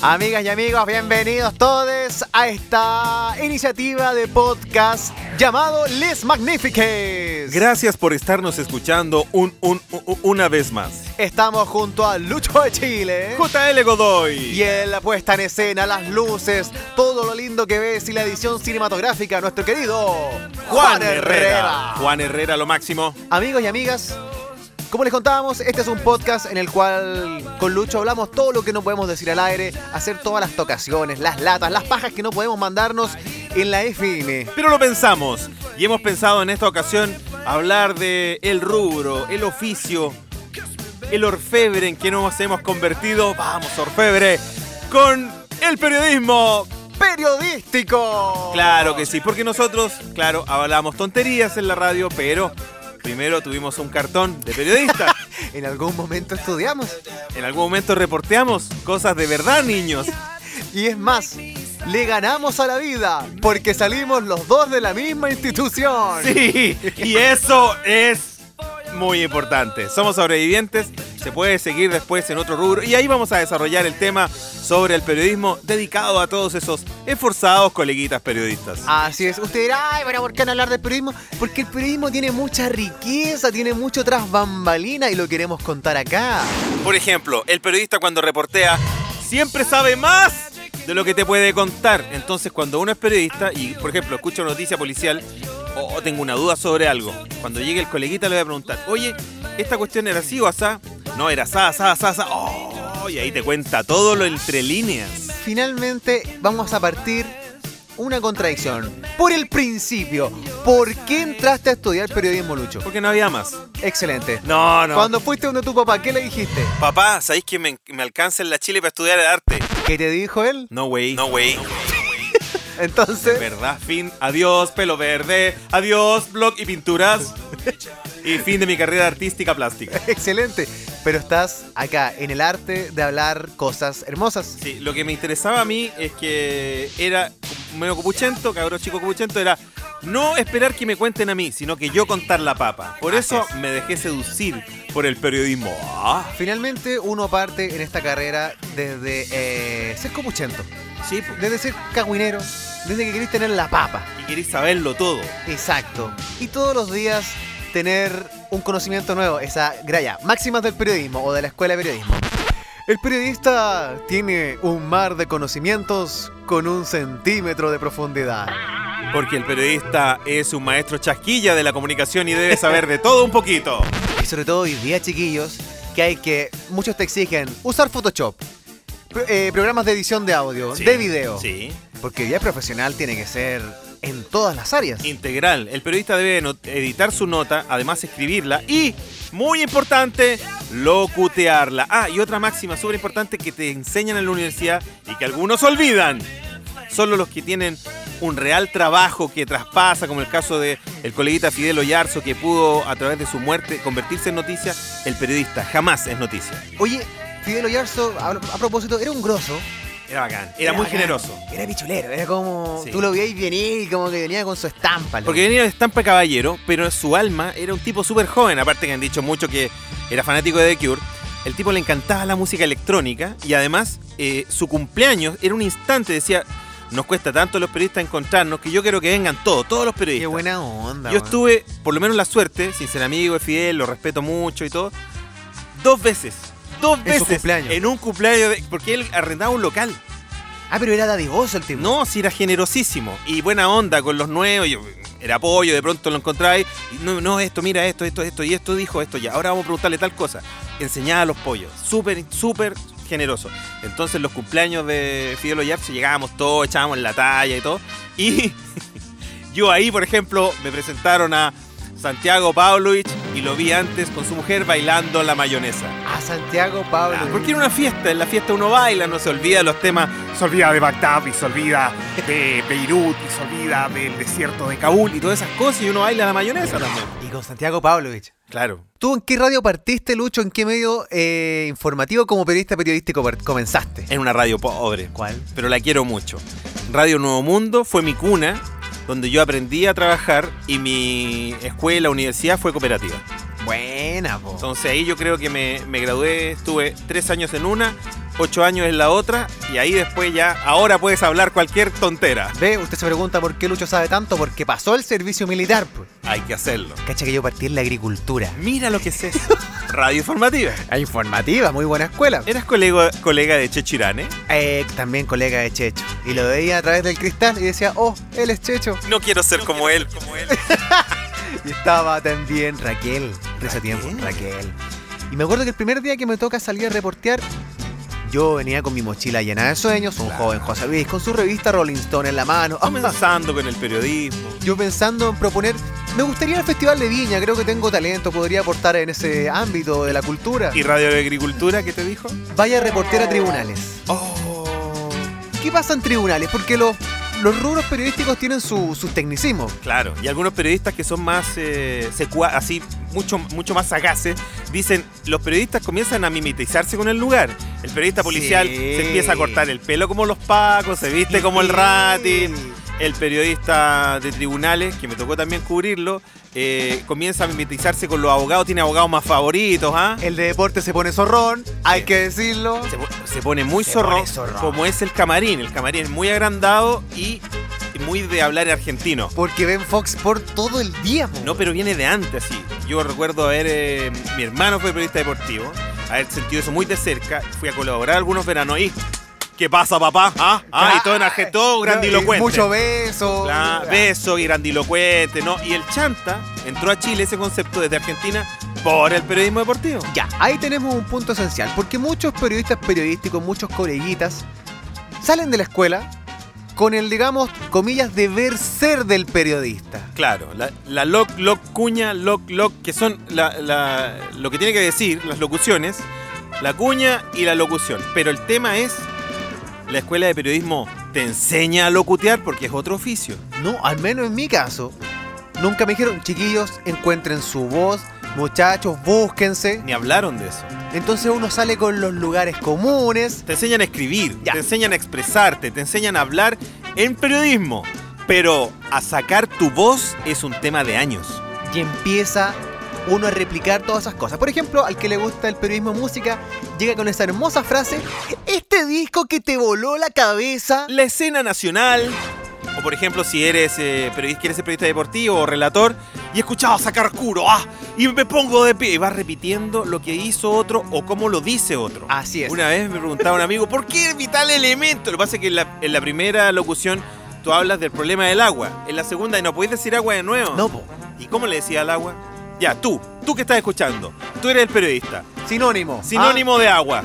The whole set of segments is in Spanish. Amigas y amigos, bienvenidos todos a esta iniciativa de podcast llamado Les Magnifiques. Gracias por estarnos escuchando un, un, u- una vez más. Estamos junto a Lucho de Chile. JL Y Godoy. en la puesta en escena, las luces, todo lo lindo que ves y la edición cinematográfica, nuestro querido Juan Herrera. Juan Herrera, lo máximo. Amigos y amigas, como les contábamos, este es un podcast en el cual con Lucho hablamos todo lo que no podemos decir al aire, hacer todas las tocaciones, las latas, las pajas que no podemos mandarnos en la FM. Pero lo pensamos y hemos pensado en esta ocasión hablar de el rubro, el oficio, el orfebre en que nos hemos convertido. Vamos, orfebre, con el periodismo. ¡Periodístico! Claro que sí, porque nosotros, claro, hablamos tonterías en la radio, pero primero tuvimos un cartón de periodistas. En algún momento estudiamos. En algún momento reporteamos cosas de verdad, niños. Y es más, le ganamos a la vida porque salimos los dos de la misma institución. Sí, y eso es muy importante. Somos sobrevivientes, se puede seguir después en otro rubro y ahí vamos a desarrollar el tema sobre el periodismo dedicado a todos esos esforzados coleguitas periodistas. Así es, usted dirá, ay, pero ¿por qué no hablar del periodismo? Porque el periodismo tiene mucha riqueza, tiene mucho tras bambalina y lo queremos contar acá. Por ejemplo, el periodista cuando reportea siempre sabe más de lo que te puede contar. Entonces, cuando uno es periodista y, por ejemplo, escucha una noticia policial o tengo una duda sobre algo, cuando llegue el coleguita le voy a preguntar, oye, ¿esta cuestión era así o asá? No, era asá, asá, asá, asá. Oh, y ahí te cuenta todo lo entre líneas. Finalmente vamos a partir una contradicción. Por el principio, ¿por qué entraste a estudiar periodismo, Lucho? Porque no había más. Excelente. No, no. Cuando fuiste donde tu papá, ¿qué le dijiste? Papá, ¿sabéis que me, me alcanza en la Chile para estudiar el arte? ¿Qué te dijo él? No, güey. No, güey. Entonces... ¿Verdad? Fin. Adiós, pelo verde. Adiós, blog y pinturas. y fin de mi carrera artística plástica. Excelente. Pero estás acá en el arte de hablar cosas hermosas. Sí, lo que me interesaba a mí es que era medio copuchento, cabrón chico copuchento, era no esperar que me cuenten a mí, sino que yo contar la papa. Por eso me dejé seducir por el periodismo. Ah, Finalmente uno parte en esta carrera desde eh, ser copuchento, sí, po. desde ser cagüinero, desde que querés tener la papa. y queréis saberlo todo. Exacto. Y todos los días tener un conocimiento nuevo, esa graya, máximas del periodismo o de la escuela de periodismo. El periodista tiene un mar de conocimientos con un centímetro de profundidad. Porque el periodista es un maestro chasquilla de la comunicación y debe saber de todo un poquito. Y sobre todo hoy día, chiquillos, que hay que. Muchos te exigen usar Photoshop, pro- eh, programas de edición de audio, Sí, de video. Sí. Porque hoy día profesional tiene que ser en todas las áreas. integral. El periodista debe no- editar su nota, además escribirla y, muy importante, locutearla. Ah, y otra máxima súper importante que te enseñan en la universidad y que algunos olvidan. Solo los que tienen un real trabajo que traspasa, como el caso de el coleguita Fidel Oyarzo, que pudo a través de su muerte convertirse en noticia, el periodista jamás es noticia. Oye, Fidel Oyarzo, a, a propósito, era un grosso. Era bacán, era, muy bacán, generoso. Era pichulero, era como. Sí. Tú lo veías venir y como que venía con su estampa. loco. Porque venía de estampa caballero, pero su alma era un tipo súper joven. Aparte que han dicho mucho que era fanático de The Cure. El tipo le encantaba la música electrónica y además eh, su cumpleaños era un instante. Decía, nos cuesta tanto los periodistas encontrarnos que yo quiero que vengan todos, todos los periodistas. Qué buena onda. Yo man. estuve, por lo menos la suerte, sin ser amigo de Fidel, lo respeto mucho y todo, dos veces. Dos En veces. su cumpleaños. En un cumpleaños, de- porque él arrendaba un local. Ah, pero era dadivoso el tipo. No, si era generosísimo y buena onda con los nuevos. Yo, era apoyo, de pronto lo encontráis. y No, no, esto, mira, esto, esto, esto, y esto dijo esto, ya. Ahora vamos a preguntarle tal cosa. Enseñaba a los pollos. Súper, súper generoso. Entonces, los cumpleaños de Fidel Oyarzo llegábamos todos, echábamos la talla y todo. Y yo ahí, por ejemplo, me presentaron a Santiago Pavlovich y lo vi antes con su mujer bailando la mayonesa. A Ah, Santiago Pablo. Ah, porque era una fiesta, en la fiesta uno baila, no se olvida los temas, se olvida de Bagdad y se olvida de Beirut y se olvida del desierto de Kabul. y todas esas cosas y uno baila la mayonesa también. Y con Santiago Pavlovich. Claro. ¿Tú en qué radio partiste, Lucho? ¿En qué medio eh, informativo como periodista periodístico par- comenzaste? En una radio pobre, ¿Cuál? pero la quiero mucho. Radio Nuevo Mundo fue mi cuna, donde yo aprendí a trabajar y mi escuela, universidad fue cooperativa. Buena, po. Entonces ahí yo creo que me, me gradué, estuve tres años en una ocho años en la otra, y ahí después ya, ahora puedes hablar cualquier tontera. Ve, usted se pregunta por qué Lucho sabe tanto, porque pasó el servicio militar, pues. Hay que hacerlo. Cacha que yo partí en la agricultura. Mira lo que es eso. Radio informativa. Ah, informativa, muy buena escuela. ¿Eras colega, colega de Chechirane? Eh, también colega de Checho. Y lo veía a través del cristal y decía, oh, él es Checho. No quiero ser como él. Como él. Y estaba también Raquel de ese tiempo, Raquel. Y me acuerdo que el primer día que me toca salir a reportear, yo venía con mi mochila llena de sueños, un Claro. joven José Luis, con su revista Rolling Stone en la mano. Comenzando con el periodismo. Yo pensando en proponer, me gustaría ir al Festival de Viña, creo que tengo talento, podría aportar en ese ámbito de la cultura. ¿Y Radio de Agricultura qué te dijo? Vaya a reportear a tribunales. Oh, ¿Qué pasa en tribunales? Porque los, los rubros periodísticos tienen su, sus tecnicismos. claro. Y algunos periodistas que son más eh, secua- así, mucho, mucho más sagaces, dicen, los periodistas comienzan a mimetizarse con el lugar. El periodista policial Sí. se empieza a cortar el pelo como los pacos, se viste como el rati. El periodista de tribunales, que me tocó también cubrirlo, eh, comienza a mimetizarse con los abogados, tiene abogados más favoritos, ¿ah? El de deporte se pone zorrón, hay que decirlo. Se, po- se pone muy Se zorro, pone zorro. como es el camarín. El camarín es muy agrandado y muy de hablar argentino. Porque ven Fox por todo el día, po. No, pero viene de antes, sí. Yo recuerdo haber, eh, mi hermano fue periodista deportivo, haber sentido eso muy de cerca. Fui a colaborar algunos veranos y... ¿Qué pasa, papá? ¿Ah? ah, y todo en arge- todo grandilocuente. Mucho beso. Claro, beso y grandilocuente, ¿no? Y el chanta entró a Chile ese concepto desde Argentina por el periodismo deportivo. Ya, ahí tenemos un punto esencial, porque muchos periodistas periodísticos, muchos coleguitas, salen de la escuela con el, digamos, comillas, deber ser del periodista. Claro, la, la loc, loc, cuña, loc, loc, que son la- la- lo que tiene que decir, las locuciones, la cuña y la locución. Pero el tema es, la escuela de periodismo te enseña a locutear porque es otro oficio. No, al menos en mi caso, nunca me dijeron, chiquillos, encuentren su voz, muchachos, búsquense. Ni hablaron de eso. Entonces uno sale con los lugares comunes. Te enseñan a escribir, Ya. te enseñan a expresarte, te enseñan a hablar en periodismo. Pero a sacar tu voz es un tema de años. y empieza uno a replicar todas esas cosas. Por ejemplo, al que le gusta el periodismo de música, llega con esa hermosa frase, este disco que te voló la cabeza. la escena nacional. O por ejemplo, si eres eh, periodista, quieres ser periodista deportivo o relator, y escuchaba sacar curo, ah, y me pongo de pie. Y vas repitiendo lo que hizo otro o cómo lo dice otro. Así es. Una vez me preguntaba un amigo, ¿por qué el vital elemento? Lo que pasa es que en la, en la primera locución tú hablas del problema del agua. En la segunda, y no podéis decir agua de nuevo. No, po. ¿Y cómo le decía al agua? Ya, tú, tú que estás escuchando, tú eres el periodista. Sinónimo. Ah, Sinónimo de agua.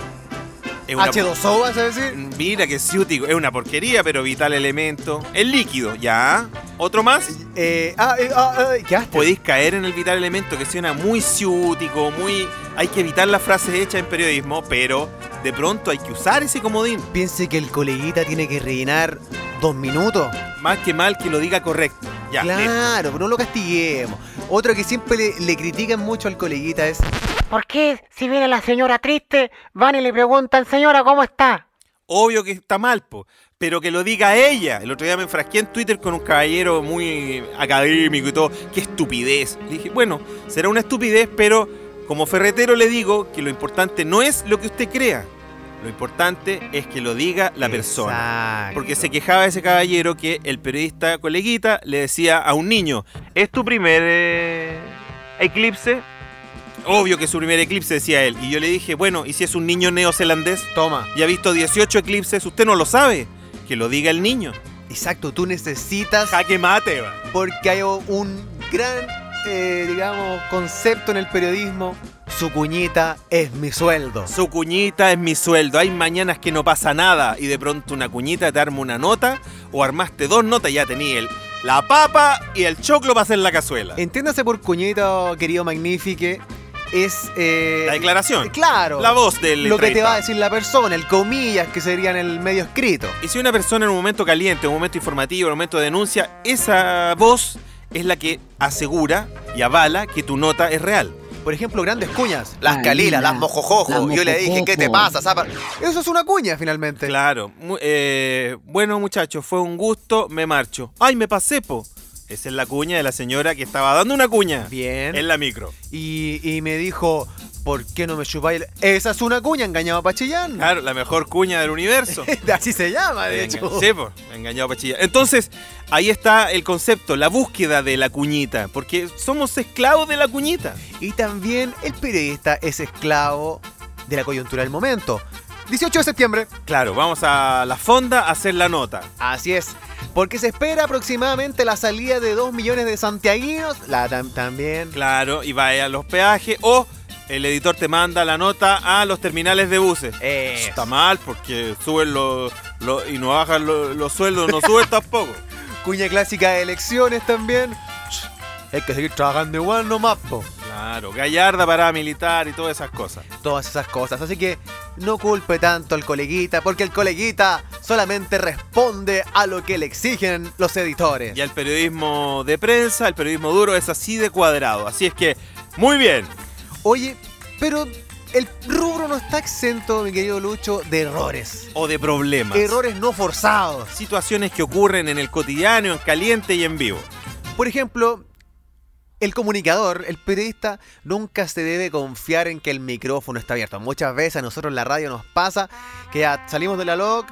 Es Ah, una- Mm. H2O, vas a decir. Mira que ciútico, es una porquería, pero vital elemento. El líquido, ya. ¿Otro más? Eh, ah, eh, ah, eh, ¿qué haces? Podéis caer en el vital elemento que suena muy ciútico, muy. Hay que evitar las frases hechas en periodismo, pero de pronto hay que usar ese comodín. Piense que el coleguita tiene que rellenar dos minutos. Más que mal que lo diga correcto. Ya, listo. claro, pero no lo castiguemos. Otro que siempre le, le critican mucho al coleguita es, ¿Por qué si viene la señora triste, van y le preguntan, señora, ¿cómo está? Obvio que está mal, po, pero que lo diga ella. El otro día me enfrasqué en Twitter con un caballero muy académico y todo. ¡Qué estupidez! Le dije, bueno, será una estupidez, pero como ferretero le digo que lo importante no es lo que usted crea. Lo importante es que lo diga la persona. Exacto. Porque se quejaba ese caballero que el periodista coleguita le decía a un niño, ¿es tu primer eh, eclipse? Obvio que es su primer eclipse, decía él. Y yo le dije, bueno, ¿y si es un niño neozelandés? Toma. y ha visto 18 eclipses, usted no lo sabe. Que lo diga el niño. Exacto, tú necesitas Jaque mate, va. porque hay un gran, eh, digamos, concepto en el periodismo. Su cuñita es mi sueldo. Su cuñita es mi sueldo. Hay mañanas que no pasa nada y de pronto una cuñita te arma una nota o armaste dos notas y ya tenía el, la papa y el choclo para hacer la cazuela. Entiéndase por cuñita, querido Magnifique, es... eh, La declaración. Claro. La voz del lo que te va a entrevistado. decir la persona, el comillas que sería en el medio escrito. Y si una persona en un momento caliente, un momento informativo, un momento de denuncia, esa voz es la que asegura y avala que tu nota es real. Por ejemplo, grandes cuñas. Las Ay, calilas, mira, las mojojojo. las Yo le dije, ¿qué te mojojojo". pasa, zapa? Eso es una cuña, finalmente. Claro. Mu- eh, bueno, muchachos, fue un gusto. Me marcho. ¡Ay, me pasé, po! Esa es la cuña de la señora que estaba dando una cuña Bien. en la micro. Y, y me dijo, ¿por qué no me chupáis? la-?" Esa es una cuña, engañado a Pachillán. Claro, la mejor cuña del universo. Así se llama, Ah, de Ah. Venga, hecho. sí, po, engañado a Pachilla. Entonces, ahí está el concepto, la búsqueda de la cuñita, porque somos esclavos de la cuñita. Y también el periodista es esclavo de la coyuntura del momento. 18 de septiembre. Claro, vamos a la fonda a hacer la nota. Así es. Porque se espera aproximadamente la salida de 2 millones de santiaguinos. La tam- también. Claro, y vaya a los peajes o el editor te manda la nota a los terminales de buses. Eh, Está mal porque suben los los- y no bajan los, los sueldos, no suben tampoco. cuña clásica de elecciones también. Hay que seguir trabajando igual nomás, po. Claro, gallarda para militar y todas esas cosas. Todas esas cosas. Así que no culpe tanto al coleguita, porque el coleguita solamente responde a lo que le exigen los editores. Y el periodismo de prensa, el periodismo duro es así de cuadrado. Así es que, muy bien. Oye, pero el rubro no está exento, mi querido Lucho, de errores. O de problemas. Errores no forzados. Situaciones que ocurren en el cotidiano, en caliente y en vivo. Por ejemplo, el comunicador, el periodista, nunca se debe confiar en que el micrófono está abierto. Muchas veces a nosotros en la radio nos pasa que ya salimos de la log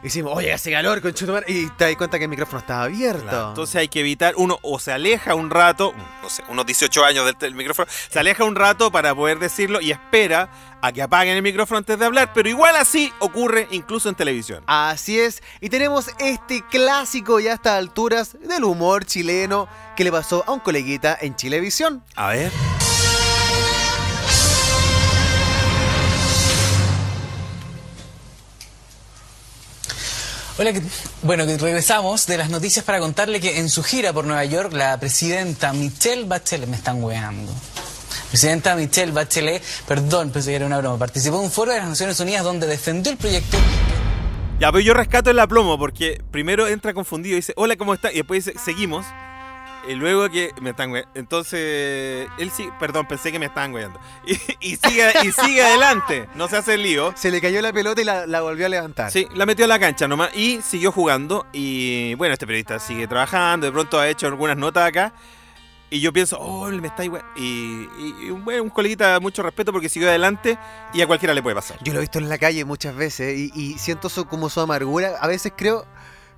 y decimos, oye, hace calor, conchetumare", y te das cuenta que el micrófono estaba abierto. Claro, Entonces hay que evitar, uno o se aleja un rato, no sé, unos 18 años del, del micrófono, se aleja un rato para poder decirlo y espera a que apaguen el micrófono antes de hablar, pero igual así ocurre incluso en televisión. Así es, y tenemos este clásico ya a estas alturas del humor chileno que le pasó a un coleguita en Chilevisión. A ver. Hola, que- bueno, que regresamos de las noticias para contarle que en su gira por Nueva York, la presidenta Michelle Bachelet, me están weando. Presidenta Michelle Bachelet, perdón, pensé que era una broma, participó en un foro de las Naciones Unidas donde defendió el proyecto. Ya, pero yo rescato el aplomo porque primero entra confundido y dice, hola, ¿cómo está? Y después dice, seguimos. Y luego que me están güey. Entonces, él sí, perdón, pensé que me estaban güeyando. Y, y sigue, y sigue adelante, no se hace el lío. Se le cayó la pelota y la, la volvió a levantar. Sí, la metió a la cancha nomás y siguió jugando. Y bueno, este periodista sigue trabajando, de pronto ha hecho algunas notas acá. Y yo pienso, oh, él me está igual. Y, y- y, bueno, un coleguita, mucho respeto porque siguió adelante y a cualquiera le puede pasar. Yo lo he visto en la calle muchas veces y, y siento su, como su amargura. A veces creo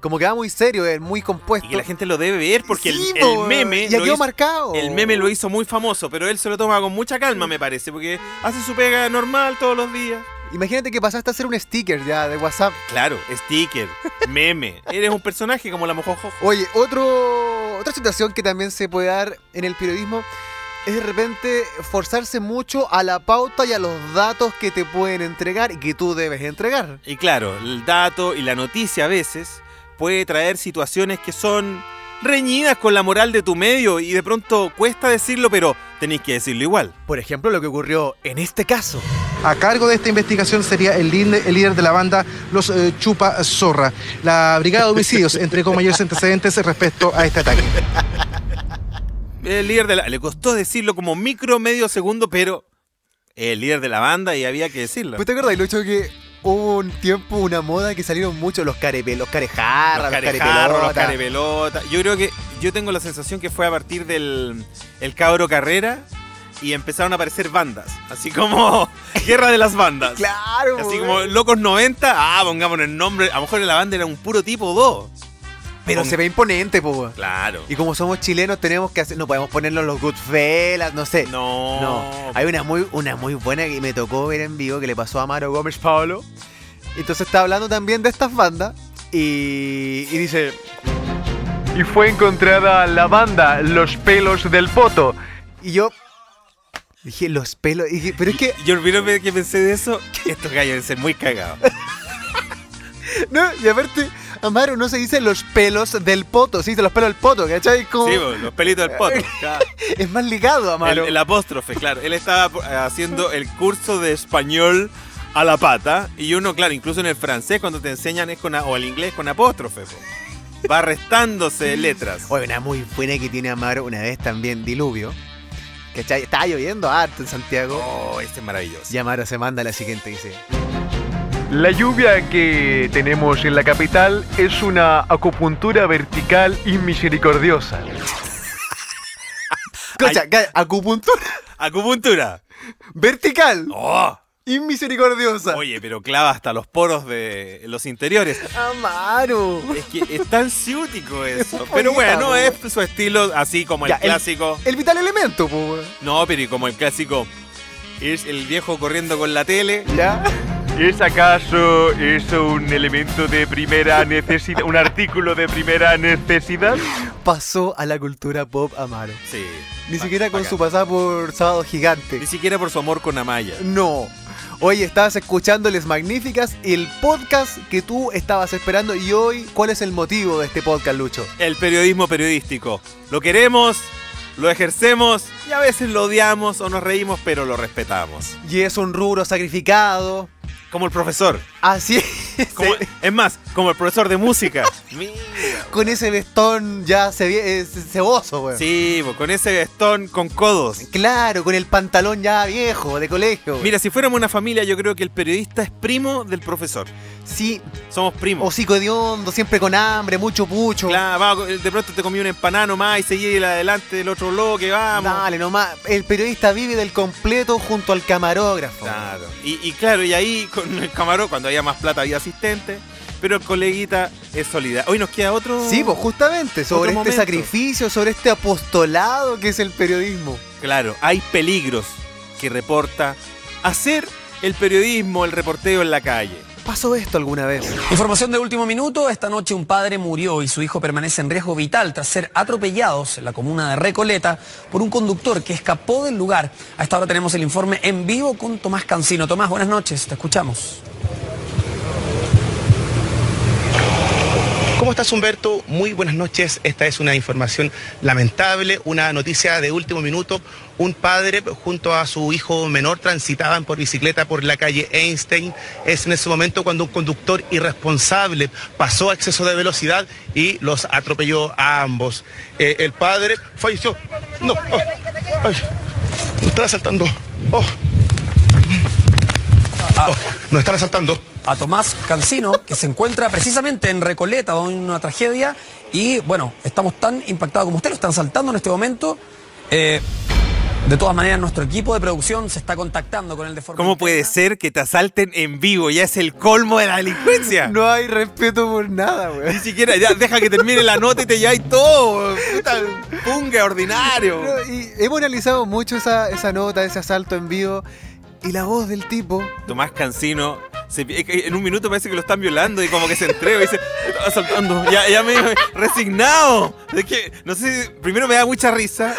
como que va muy serio, es muy compuesto. Y que la gente lo debe ver porque el- Sí, el, po, meme. Ya lo quedó hizo- marcado. El meme lo hizo muy famoso, pero él se lo toma con mucha calma, me parece, porque hace su pega normal todos los días. Imagínate que pasaste a ser un sticker ya de WhatsApp. Claro, sticker, meme. Eres un personaje como la mojojo. Oye, otro, otra situación que también se puede dar en el periodismo es de repente forzarse mucho a la pauta y a los datos que te pueden entregar y que tú debes entregar. Y claro, el dato y la noticia a veces puede traer situaciones que son reñidas con la moral de tu medio y de pronto cuesta decirlo, pero tenéis que decirlo igual. Por ejemplo, lo que ocurrió en este caso. A cargo de esta investigación sería el, líder- el líder de la banda Los eh, Chupa Zorra. La Brigada de Homicidios entregó mayores antecedentes respecto a este ataque. El líder de la... Le costó decirlo como micro medio segundo, pero el líder de la banda y había que decirlo. ¿Pues te acuerdas, Lucho, que hubo un tiempo, una moda que salieron mucho los carepelos, los carejarras, los los, carejarros, los carepelotas? carepelota. Yo creo que yo tengo la sensación que fue a partir del el cabro carrera y empezaron a aparecer bandas, así como guerra de las bandas. Claro, Así güey. como locos 90, ah, pongámonos el nombre, a lo mejor la banda era un puro tipo 2. pero se ve imponente, po. güey. Claro. Y como somos chilenos tenemos que hacer, no podemos ponernos los Goodfellas, no sé. No. No. Hay una muy, una muy buena que me tocó ver en vivo que le pasó a Maro Gómez Pablo. Entonces está hablando también de estas bandas y, y dice... Y fue encontrada la banda Los Pelos del Poto. Y yo dije, los pelos... y dije, pero es que... Yo olvidé pe- que pensé de eso, estos gallos deben ser muy cagados. No, y aparte, Amaro no se dice los pelos del poto, se dice los pelos del poto, ¿cachai? Como, Sí, po, los pelitos del poto. Claro. es más ligado, El, Amaro. el apóstrofe, claro. Él estaba eh, haciendo el curso de español a la pata. Y uno, claro, incluso en el francés cuando te enseñan es con a- o el inglés con apóstrofe. po. Va restándose letras. Oye, una muy buena que tiene Amaro una vez también, Diluvio. ¿Cachai? Estaba lloviendo harto en Santiago. Oh, este es maravilloso. Y Amaro se manda la siguiente, dice. La lluvia que tenemos en la capital es una acupuntura vertical y misericordiosa. Cocha, ca- acupuntura Acupuntura. vertical Oh, y misericordiosa. oye, pero clava hasta los poros de los interiores. Amaro. Es que es tan ciútico eso. Es Pero bonita, bueno, po. es su estilo así como el Ya, el- clásico. El vital elemento, po, weón. No, pero y como el clásico. Es el viejo corriendo con la tele. ¿Ya? ¿Es acaso eso un elemento de primera necesidad? ¿Un artículo de primera necesidad? Pasó a la cultura pop Amaro. Sí. Ni Ba- siquiera con bacán. su pasada por Sábado Gigante. Ni siquiera por su amor con Amaya. No. Hoy estabas escuchando Les Magníficas, el podcast que tú estabas esperando. Y hoy, ¿cuál es el motivo de este podcast, Lucho? El periodismo periodístico. Lo queremos, lo ejercemos y a veces lo odiamos o nos reímos, pero lo respetamos. Y es un rubro sacrificado. Como el profesor. Así es. Como- Es más, como el profesor de música. Con ese vestón ya se ve- es ceboso, weón. sí, bo, con ese gastón con codos. Claro, con el pantalón ya viejo, de colegio. weón. Mira, si fuéramos una familia, yo creo que el periodista es primo del profesor. sí, Somos primos. hocico hediondo, siempre con hambre, mucho pucho. Claro, va, de pronto te comí un empanano más y seguí el adelante del otro bloque, vamos. Dale, nomás. El periodista vive del completo junto al camarógrafo. Claro. Y, y claro, y ahí con el camarón, cuando había más plata había asistente, pero el coleguita es solidario. Hoy nos queda otro. Sí, pues justamente, sobre este momento. sacrificio, sobre este apostolado que es el periodismo. Claro, hay peligros que reporta hacer el periodismo, el reporteo en la calle. ¿Pasó esto alguna vez? Información de último minuto, esta noche un padre murió y su hijo permanece en riesgo vital tras ser atropellados en la comuna de Recoleta por un conductor que escapó del lugar. A esta hora tenemos el informe en vivo con Tomás Cancino. Tomás, buenas noches, te escuchamos. ¿Cómo estás, Humberto? Muy buenas noches. Esta es una información lamentable, una noticia de último minuto. Un padre junto a su hijo menor transitaban por bicicleta por la calle Einstein. Es en ese momento cuando un conductor irresponsable pasó a exceso de velocidad y los atropelló a ambos. Eh, el padre falleció. No, oh, ay, nos están asaltando. Oh. Oh, nos están asaltando. a Tomás Cancino, que se encuentra precisamente en Recoleta, donde hay una tragedia. Y bueno, estamos tan impactados como usted, lo están saltando en este momento. Eh, de todas maneras, nuestro equipo de producción se está contactando con él de forma. ¿Cómo puede interna. ser que te asalten en vivo? Ya es el colmo de la delincuencia. No hay respeto por nada, Ni weón. siquiera, ya deja que termine la nota y te lleváis todo. Puta, punga ordinario. No, y hemos analizado mucho esa, esa nota, ese asalto en vivo y la voz del tipo. Tomás Cancino. se- es que en un minuto parece que lo están violando y como que se entrega y dice, "Estaba asaltando, ya, ya me resignado. Es que, no sé, si- primero me da mucha risa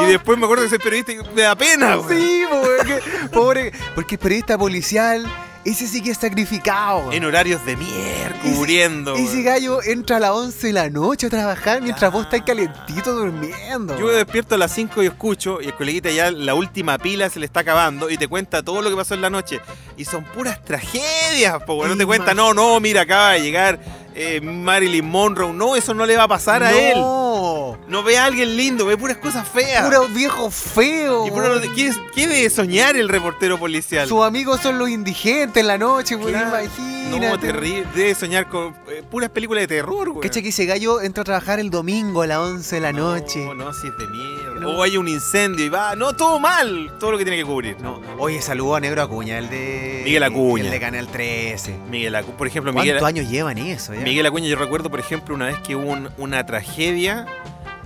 y después me acuerdo que soy periodista y me da pena. güey. Sí, po, weón, que- pobre. Porque el periodista policial, ese sí que es sacrificado. weón. En horarios de mierda, Ese- cubriendo. Ese güey. gallo entra a las 11 de la noche a trabajar mientras vos estás calentito durmiendo. Yo me weón. despierto a las 5 y escucho, y el coleguita ya la última pila se le está acabando y te cuenta todo lo que pasó en la noche. Y son puras tragedias, po, no te cuenta, no, no, mira, acaba de llegar eh, Marilyn Monroe. No, eso no le va a pasar a él. No. No ve a alguien lindo, ve puras cosas feas. Puro viejo feo. Y puro- weón. ¿qué, es- qué debe soñar el reportero policial? Sus amigos son los indigentes en la noche, weón, Claro. imagínate. No, terrible. Debe soñar con eh, puras películas de terror, güey. Cacha que ese gallo entra a trabajar el domingo a las 11 de la noche. No, no, si es de mierda. O hay un incendio y va. No, todo mal. Todo lo que tiene que cubrir. No. Oye, saludo a Negro Acuña, el de. Miguel Acuña. El de Canal 13. Miguel Acu- por ejemplo, ¿Cuántos Miguel, años llevan eso? ya? Miguel Acuña, yo recuerdo, por ejemplo, una vez que hubo un- una tragedia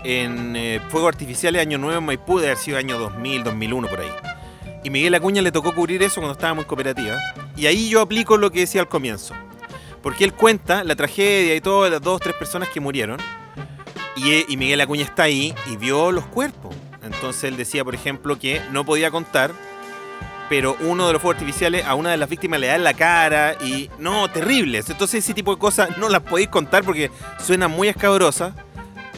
en eh, Fuego Artificial de Año Nuevo en Maipú, de haber sido año 2000, 2001, por ahí. Y Miguel Acuña le tocó cubrir eso cuando estábamos en cooperativa. Y ahí yo aplico lo que decía al comienzo. Porque él cuenta la tragedia y todas las dos, tres personas que murieron. Y, eh, y Miguel Acuña está ahí y vio los cuerpos. Entonces él decía, por ejemplo, que no podía contar, pero uno de los fuegos artificiales a una de las víctimas le da en la cara y... No, terribles. Entonces ese tipo de cosas no las podéis contar porque suenan muy escabrosas.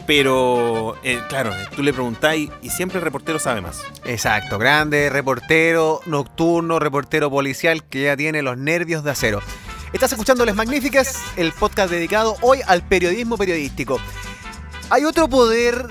Pero, eh, claro, tú le preguntás y, y siempre el reportero sabe más. Exacto, grande reportero nocturno, reportero policial que ya tiene los nervios de acero. Estás escuchando Las Magníficas, el podcast dedicado hoy al periodismo periodístico. Hay otro poder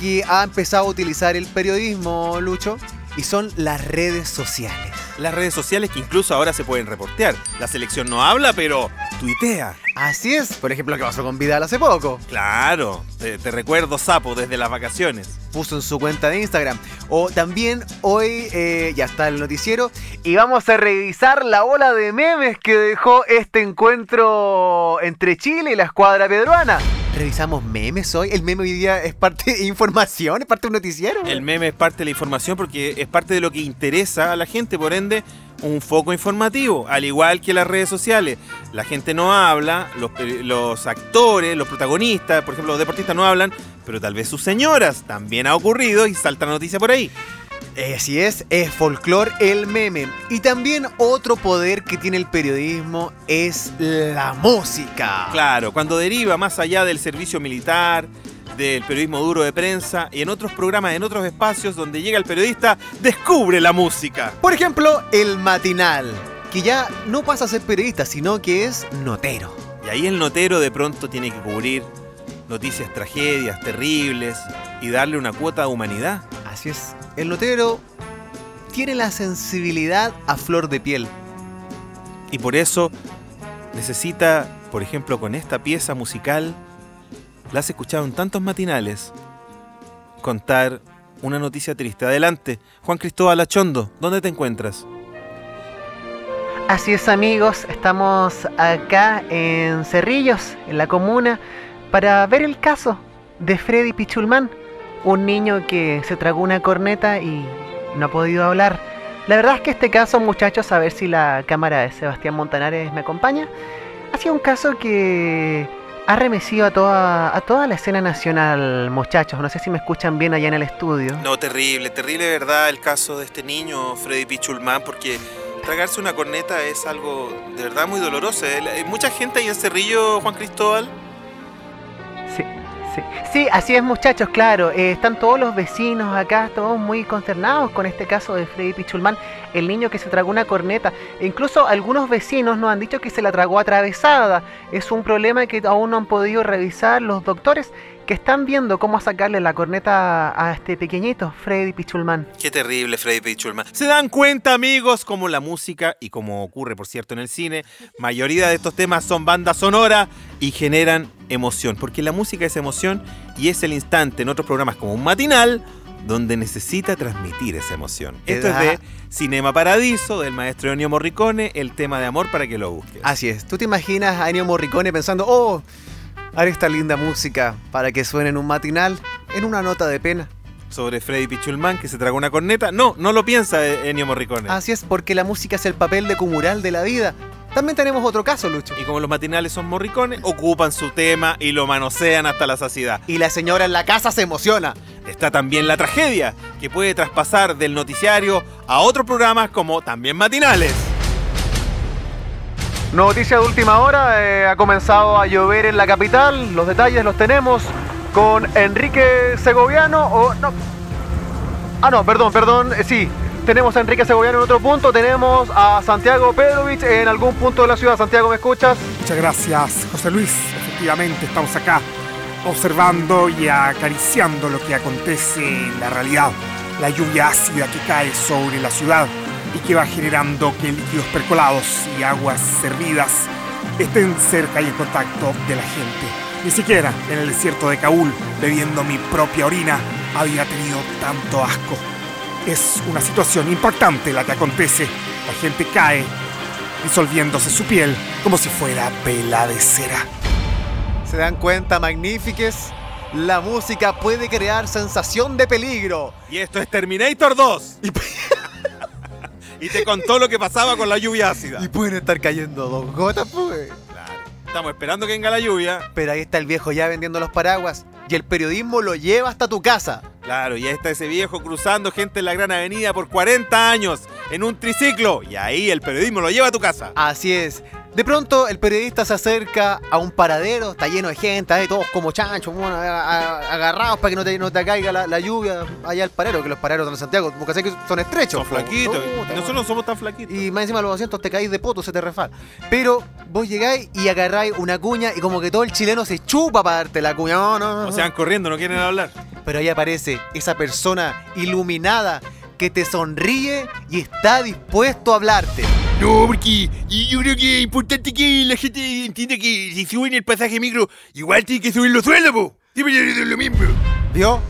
que ha empezado a utilizar el periodismo, Lucho, y son las redes sociales. las redes sociales que incluso ahora se pueden reportear. La selección no habla, pero tuitea. Así es, por ejemplo, lo que pasó con Vidal hace poco. Claro, te, te recuerdo, sapo, desde las vacaciones. Puso en su cuenta de Instagram. O también hoy eh, ya está el noticiero y vamos a revisar la ola de memes que dejó este encuentro entre Chile y la escuadra peruana. Revisamos memes hoy. El meme hoy día es parte de información, es parte de un noticiero. El meme es parte de la información porque es parte de lo que interesa a la gente, por ende, un foco informativo, al igual que las redes sociales. La gente no habla, los, pe- los actores, los protagonistas, por ejemplo, los deportistas no hablan, pero tal vez sus señoras también ha ocurrido y salta la noticia por ahí. Eh, Así es, es folclore el meme. Y también otro poder que tiene el periodismo es la música. Claro, cuando deriva más allá del servicio militar, del periodismo duro de prensa y en otros programas, en otros espacios donde llega el periodista, descubre la música. Por ejemplo, el matinal, que ya no pasa a ser periodista, sino que es notero. Y ahí el notero de pronto tiene que cubrir noticias, tragedias terribles y darle una cuota de humanidad. Así es, el notero tiene la sensibilidad a flor de piel. Y por eso necesita, por ejemplo, con esta pieza musical, la has escuchado en tantos matinales, contar una noticia triste. Adelante, Juan Cristóbal Achondo, ¿dónde te encuentras? Así es amigos, estamos acá en Cerrillos, en la comuna, para ver el caso de Freddy Pichulman, un niño que se tragó una corneta y no ha podido hablar. La verdad es que este caso, muchachos, a ver si la cámara de Sebastián Montanares me acompaña, ha sido un caso que ha remecido a toda, a toda la escena nacional, muchachos. No sé si me escuchan bien allá en el estudio. No, terrible, terrible de verdad el caso de este niño, Freddy Pichulman, porque tragarse una corneta es algo de verdad muy doloroso. Eh, la- eh, Mucha gente ahí en Cerrillo, Juan Cristóbal. Sí, sí. Sí, así es muchachos, claro. Eh, están todos los vecinos acá, todos muy consternados con este caso de Freddy Pichulman, el niño que se tragó una corneta. E incluso algunos vecinos nos han dicho que se la tragó atravesada. Es un problema que aún no han podido revisar los doctores que están viendo cómo sacarle la corneta a este pequeñito, Freddy Pichulman. Qué terrible Freddy Pichulman. Se dan cuenta, amigos, como la música, y como ocurre, por cierto, en el cine, mayoría de estos temas son bandas sonoras y generan emoción, porque la música es emoción y es el instante en otros programas como un matinal donde necesita transmitir esa emoción. Esto es de Cinema Paradiso, del maestro Ennio Morricone, el tema de amor para que lo busques. Así es, tú te imaginas a Ennio Morricone pensando, oh, haré esta linda música para que suene en un matinal, en una nota de pena. Sobre Freddy Pichulman, que se tragó una corneta. No, no lo piensa eh, Ennio Morricone. Así es, porque la música es el papel de cumural de la vida. También tenemos otro caso, Lucho. Y como los matinales son morricones, ocupan su tema y lo manosean hasta la saciedad. Y la señora en la casa se emociona. Está también la tragedia, que puede traspasar del noticiario a otros programas como también matinales. Noticia de última hora, eh, ha comenzado a llover en la capital, los detalles los tenemos con Enrique Segoviano o no. Ah, no, perdón, perdón, eh, sí. Tenemos a Enrique Segoviano en otro punto, tenemos a Santiago Pedrovich en algún punto de la ciudad. Santiago, ¿me escuchas? Muchas gracias, José Luis. Efectivamente, estamos acá observando y acariciando lo que acontece en la realidad. La lluvia ácida que cae sobre la ciudad y que va generando que líquidos percolados y aguas servidas estén cerca y en contacto de la gente. Ni siquiera en el desierto de Kabul, bebiendo mi propia orina, había tenido tanto asco. Es una situación impactante la que acontece. La gente cae disolviéndose su piel como si fuera vela de cera. Se dan cuenta, magnífiques. La música puede crear sensación de peligro. Y esto es Terminator 2. pues, y te contó lo que pasaba con la lluvia ácida. Y pueden estar cayendo dos gotas, pues. Claro, Estamos esperando que venga la lluvia. Pero ahí está el viejo ya vendiendo los paraguas y el periodismo lo lleva hasta tu casa. Claro, y ahí está ese viejo cruzando gente en la Gran Avenida por 40 años en un triciclo. Y ahí el periodismo lo lleva a tu casa. Así es. De pronto el periodista se acerca a un paradero, está lleno de gente, ahí todos como chanchos, bueno, a- a- agarrados para que no te, no te caiga la, la lluvia allá al paradero, que los paraderos de Santiago, porque sé que son estrechos. Son po. flaquitos. Puta, Nosotros no somos tan flaquitos. Y más encima los asientos te caís de poto, se te refal. Pero vos llegáis y agarráis una cuña y como que todo el chileno se chupa para darte la cuña. No, no, no. No se van corriendo, no quieren hablar. Pero ahí aparece esa persona iluminada que te sonríe y está dispuesto a hablarte. No, porque y yo creo que es importante que la gente entienda que si suben el pasaje micro, igual tienen que subir los sueldos, po. Siempre es lo mismo. ¿Vio?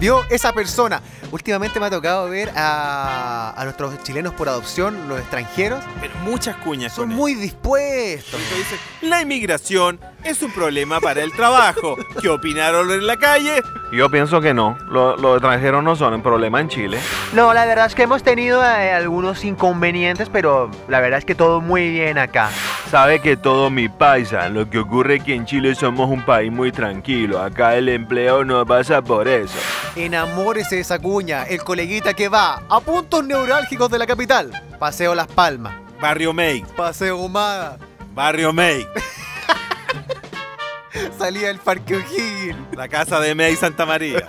¿Vio esa persona? Últimamente me ha tocado ver a, a nuestros chilenos por adopción, los extranjeros. Pero muchas cuñas Son con muy dispuestos. esto. Dice, La inmigración es un problema para el trabajo. ¿Qué opinaron en la calle? Yo pienso que no. Lo- los extranjeros no son un problema en Chile. No, la verdad es que hemos tenido eh, algunos inconvenientes, pero la verdad es que todo muy bien acá. Sabe que todo mi paisa, lo que ocurre es que en Chile somos un país muy tranquilo. Acá el empleo no pasa por eso. Enamórese de esa cuña, el coleguita que va a puntos neurálgicos de la capital. Paseo Las Palmas, Barrio Make, Paseo Humada, Barrio Make, salida del Parque O'Higgins. la casa de May Santa María.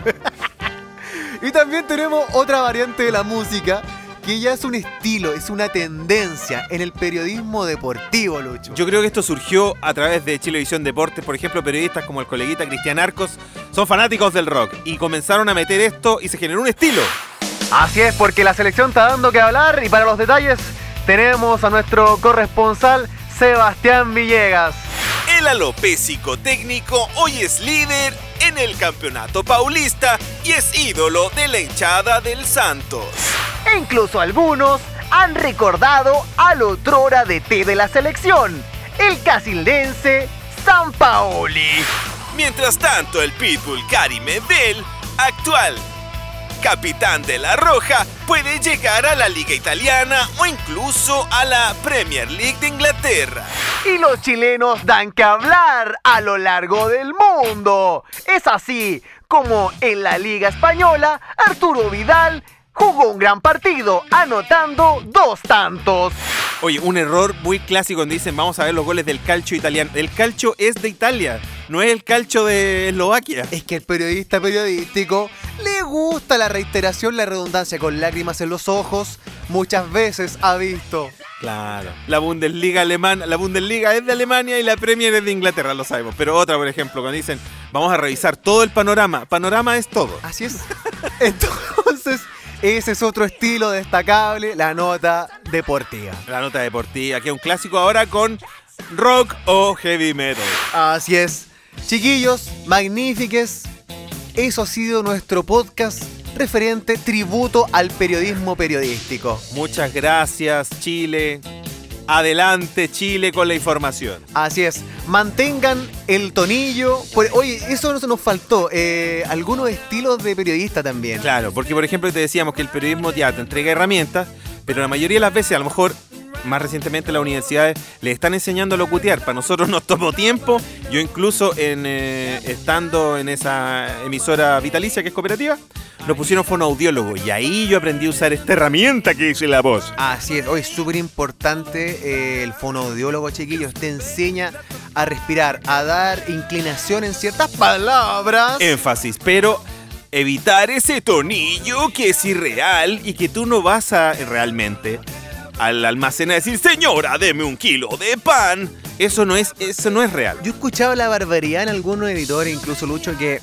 Y también tenemos otra variante de la música que ya es un estilo, es una tendencia en el periodismo deportivo, Lucho. Yo creo que esto surgió a través de Chilevisión Deportes, por ejemplo, periodistas como el coleguita Cristian Arcos son fanáticos del rock y comenzaron a meter esto y se generó un estilo. Así es, porque la selección está dando que hablar y para los detalles tenemos a nuestro corresponsal Sebastián Villegas. El alopésico técnico hoy es líder en el campeonato paulista y es ídolo de la hinchada del Santos. E incluso algunos han recordado al otrora DT de la selección, el casildense San Paoli. Mientras tanto, el pitbull Gary Medel, actual capitán de la Roja, puede llegar a la liga italiana o incluso a la Premier League de Inglaterra. Y los chilenos dan que hablar a lo largo del mundo. Es así como en la Liga Española, Arturo Vidal jugó un gran partido, anotando dos tantos. Oye, un error muy clásico donde dicen vamos a ver los goles del calcio italiano. El calcio es de Italia, no es el calcio de Eslovaquia. Es que el periodista periodístico le gusta la reiteración, la redundancia, con lágrimas en los ojos, muchas veces ha visto. Claro. La Bundesliga alemana, la Bundesliga es de Alemania y la Premier es de Inglaterra, lo sabemos. Pero otra, por ejemplo, cuando dicen vamos a revisar todo el panorama. Panorama es todo. Así es. Entonces, ese es otro estilo destacable, la nota deportiva. La nota deportiva, que es un clásico ahora con rock o heavy metal. Así es. Chiquillos, magnífiques. Eso ha sido nuestro podcast referente tributo al periodismo periodístico. Muchas gracias, Chile. Adelante, Chile, con la información. Así es, mantengan el tonillo. Por- Oye, eso nos- nos faltó. eh, algunos estilos de periodista también. Claro, porque por ejemplo te decíamos que el periodismo ya te entrega herramientas, pero la mayoría de las veces, a lo mejor más recientemente las universidades le están enseñando a locutear. Para nosotros nos tomó tiempo. Yo incluso en, eh, estando en esa emisora vitalicia que es cooperativa, nos pusieron fonoaudiólogo y ahí yo aprendí a usar esta herramienta que dice la voz. Así es, hoy es súper importante eh, el fonoaudiólogo, chiquillos. Te enseña a respirar, a dar inclinación en ciertas palabras. énfasis, pero evitar ese tonillo que es irreal y que tú no vas a realmente al almacén a decir, señora, deme un kilo de pan. Eso no es, eso no es real. Yo he escuchado la barbaridad en algunos editores, incluso Lucho, que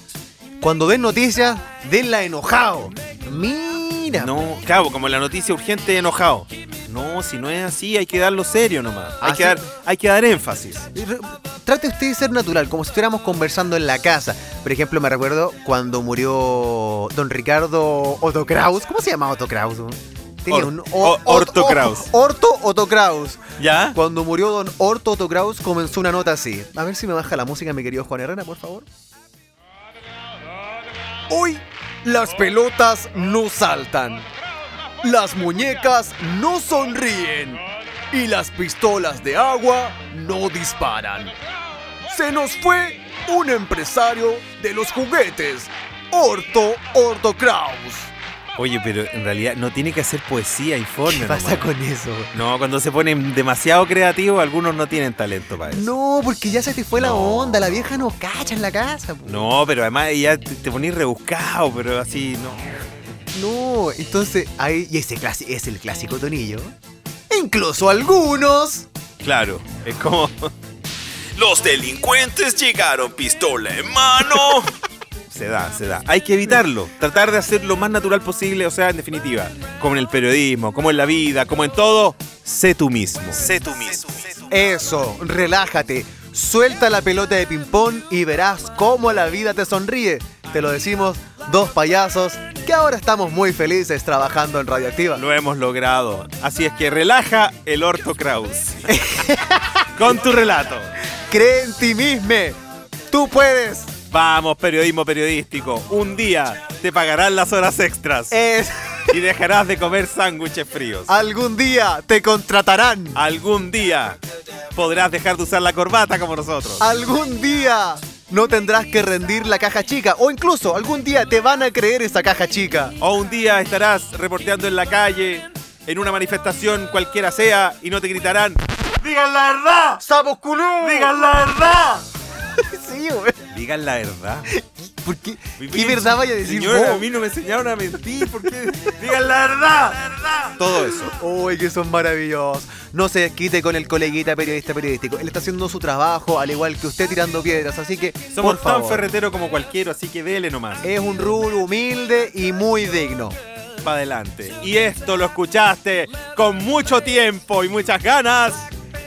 cuando den noticias, denla enojado. Mira. No, claro, como la noticia urgente enojado. No, si no es así, hay que darlo serio nomás. Hay, ¿Ah, que sí? dar, hay que dar énfasis. Re- Trate usted de ser natural, como si estuviéramos conversando en la casa. Por ejemplo, me recuerdo cuando murió don Ricardo Otto Kraus. ¿Cómo se llama Otto Kraus? Or- o- Orto Kraus. Orto Otto Kraus. ¿Ya? Cuando murió don Orto Otto Kraus, comenzó una nota así. A ver si me baja la música, mi querido Juan Herrera, por favor. Hoy las pelotas no saltan, las muñecas no sonríen y las pistolas de agua no disparan. Se nos fue un empresario de los juguetes, Orto Orto Kraus. Oye, pero en realidad no tiene que hacer poesía, informe. ¿Qué pasa nomás. con eso? güey? No, cuando se ponen demasiado creativos, algunos no tienen talento para eso. No, porque ya se te fue la No. onda, la vieja no cacha en la casa. po. No, pero además ya te, te ponís rebuscado, pero así no. No, entonces ahí. Y ese clasi- es el clásico tonillo. Incluso algunos. Claro, es como. Los delincuentes llegaron pistola en mano. Se da, se da. Hay que evitarlo. Tratar de hacer lo más natural posible. O sea, en definitiva, como en el periodismo, como en la vida, como en todo, sé tú mismo. Sé tú mismo. Eso, relájate. Suelta la pelota de ping-pong y verás cómo la vida te sonríe. Te lo decimos dos payasos que ahora estamos muy felices trabajando en Radioactiva. Lo hemos logrado. Así es que relaja el orto Kraus. Con tu relato. Cree en ti mismo. Tú puedes. Vamos, periodismo periodístico. Un día te pagarán las horas extras Es, y dejarás de comer sándwiches fríos. algún día te contratarán. Algún día podrás dejar de usar la corbata como nosotros. Algún día no tendrás que rendir la caja chica. O incluso algún día te van a creer esa caja chica. O un día estarás reporteando en la calle, en una manifestación cualquiera sea, y no te gritarán. ¡Digan la verdad! ¡Sapos culú! ¡Digan la verdad! Sí, güey. Digan la verdad. ¿Por qué? ¿Qué verdad vaya a decir Señora, vos? a mí no me enseñaron a mentir. ¿Por qué? ¡Digan la verdad! Todo eso. Uy, que son maravillosos. No se desquite con el coleguita periodista periodístico. Él está haciendo su trabajo al igual que usted tirando piedras, así que por Somos tan favor. ferretero como cualquiera, así que dele nomás. Es un rubro humilde y muy digno. para adelante. Y esto lo escuchaste con mucho tiempo y muchas ganas.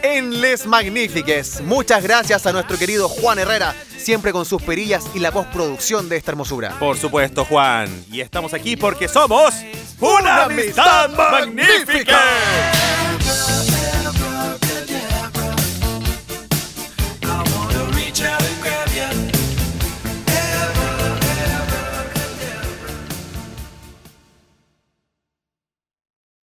En Les Magnifiques, muchas gracias a nuestro querido Juan Herrera, siempre con sus perillas y la postproducción de esta hermosura. Por supuesto, Juan. Y estamos aquí porque somos una amistad magnífica.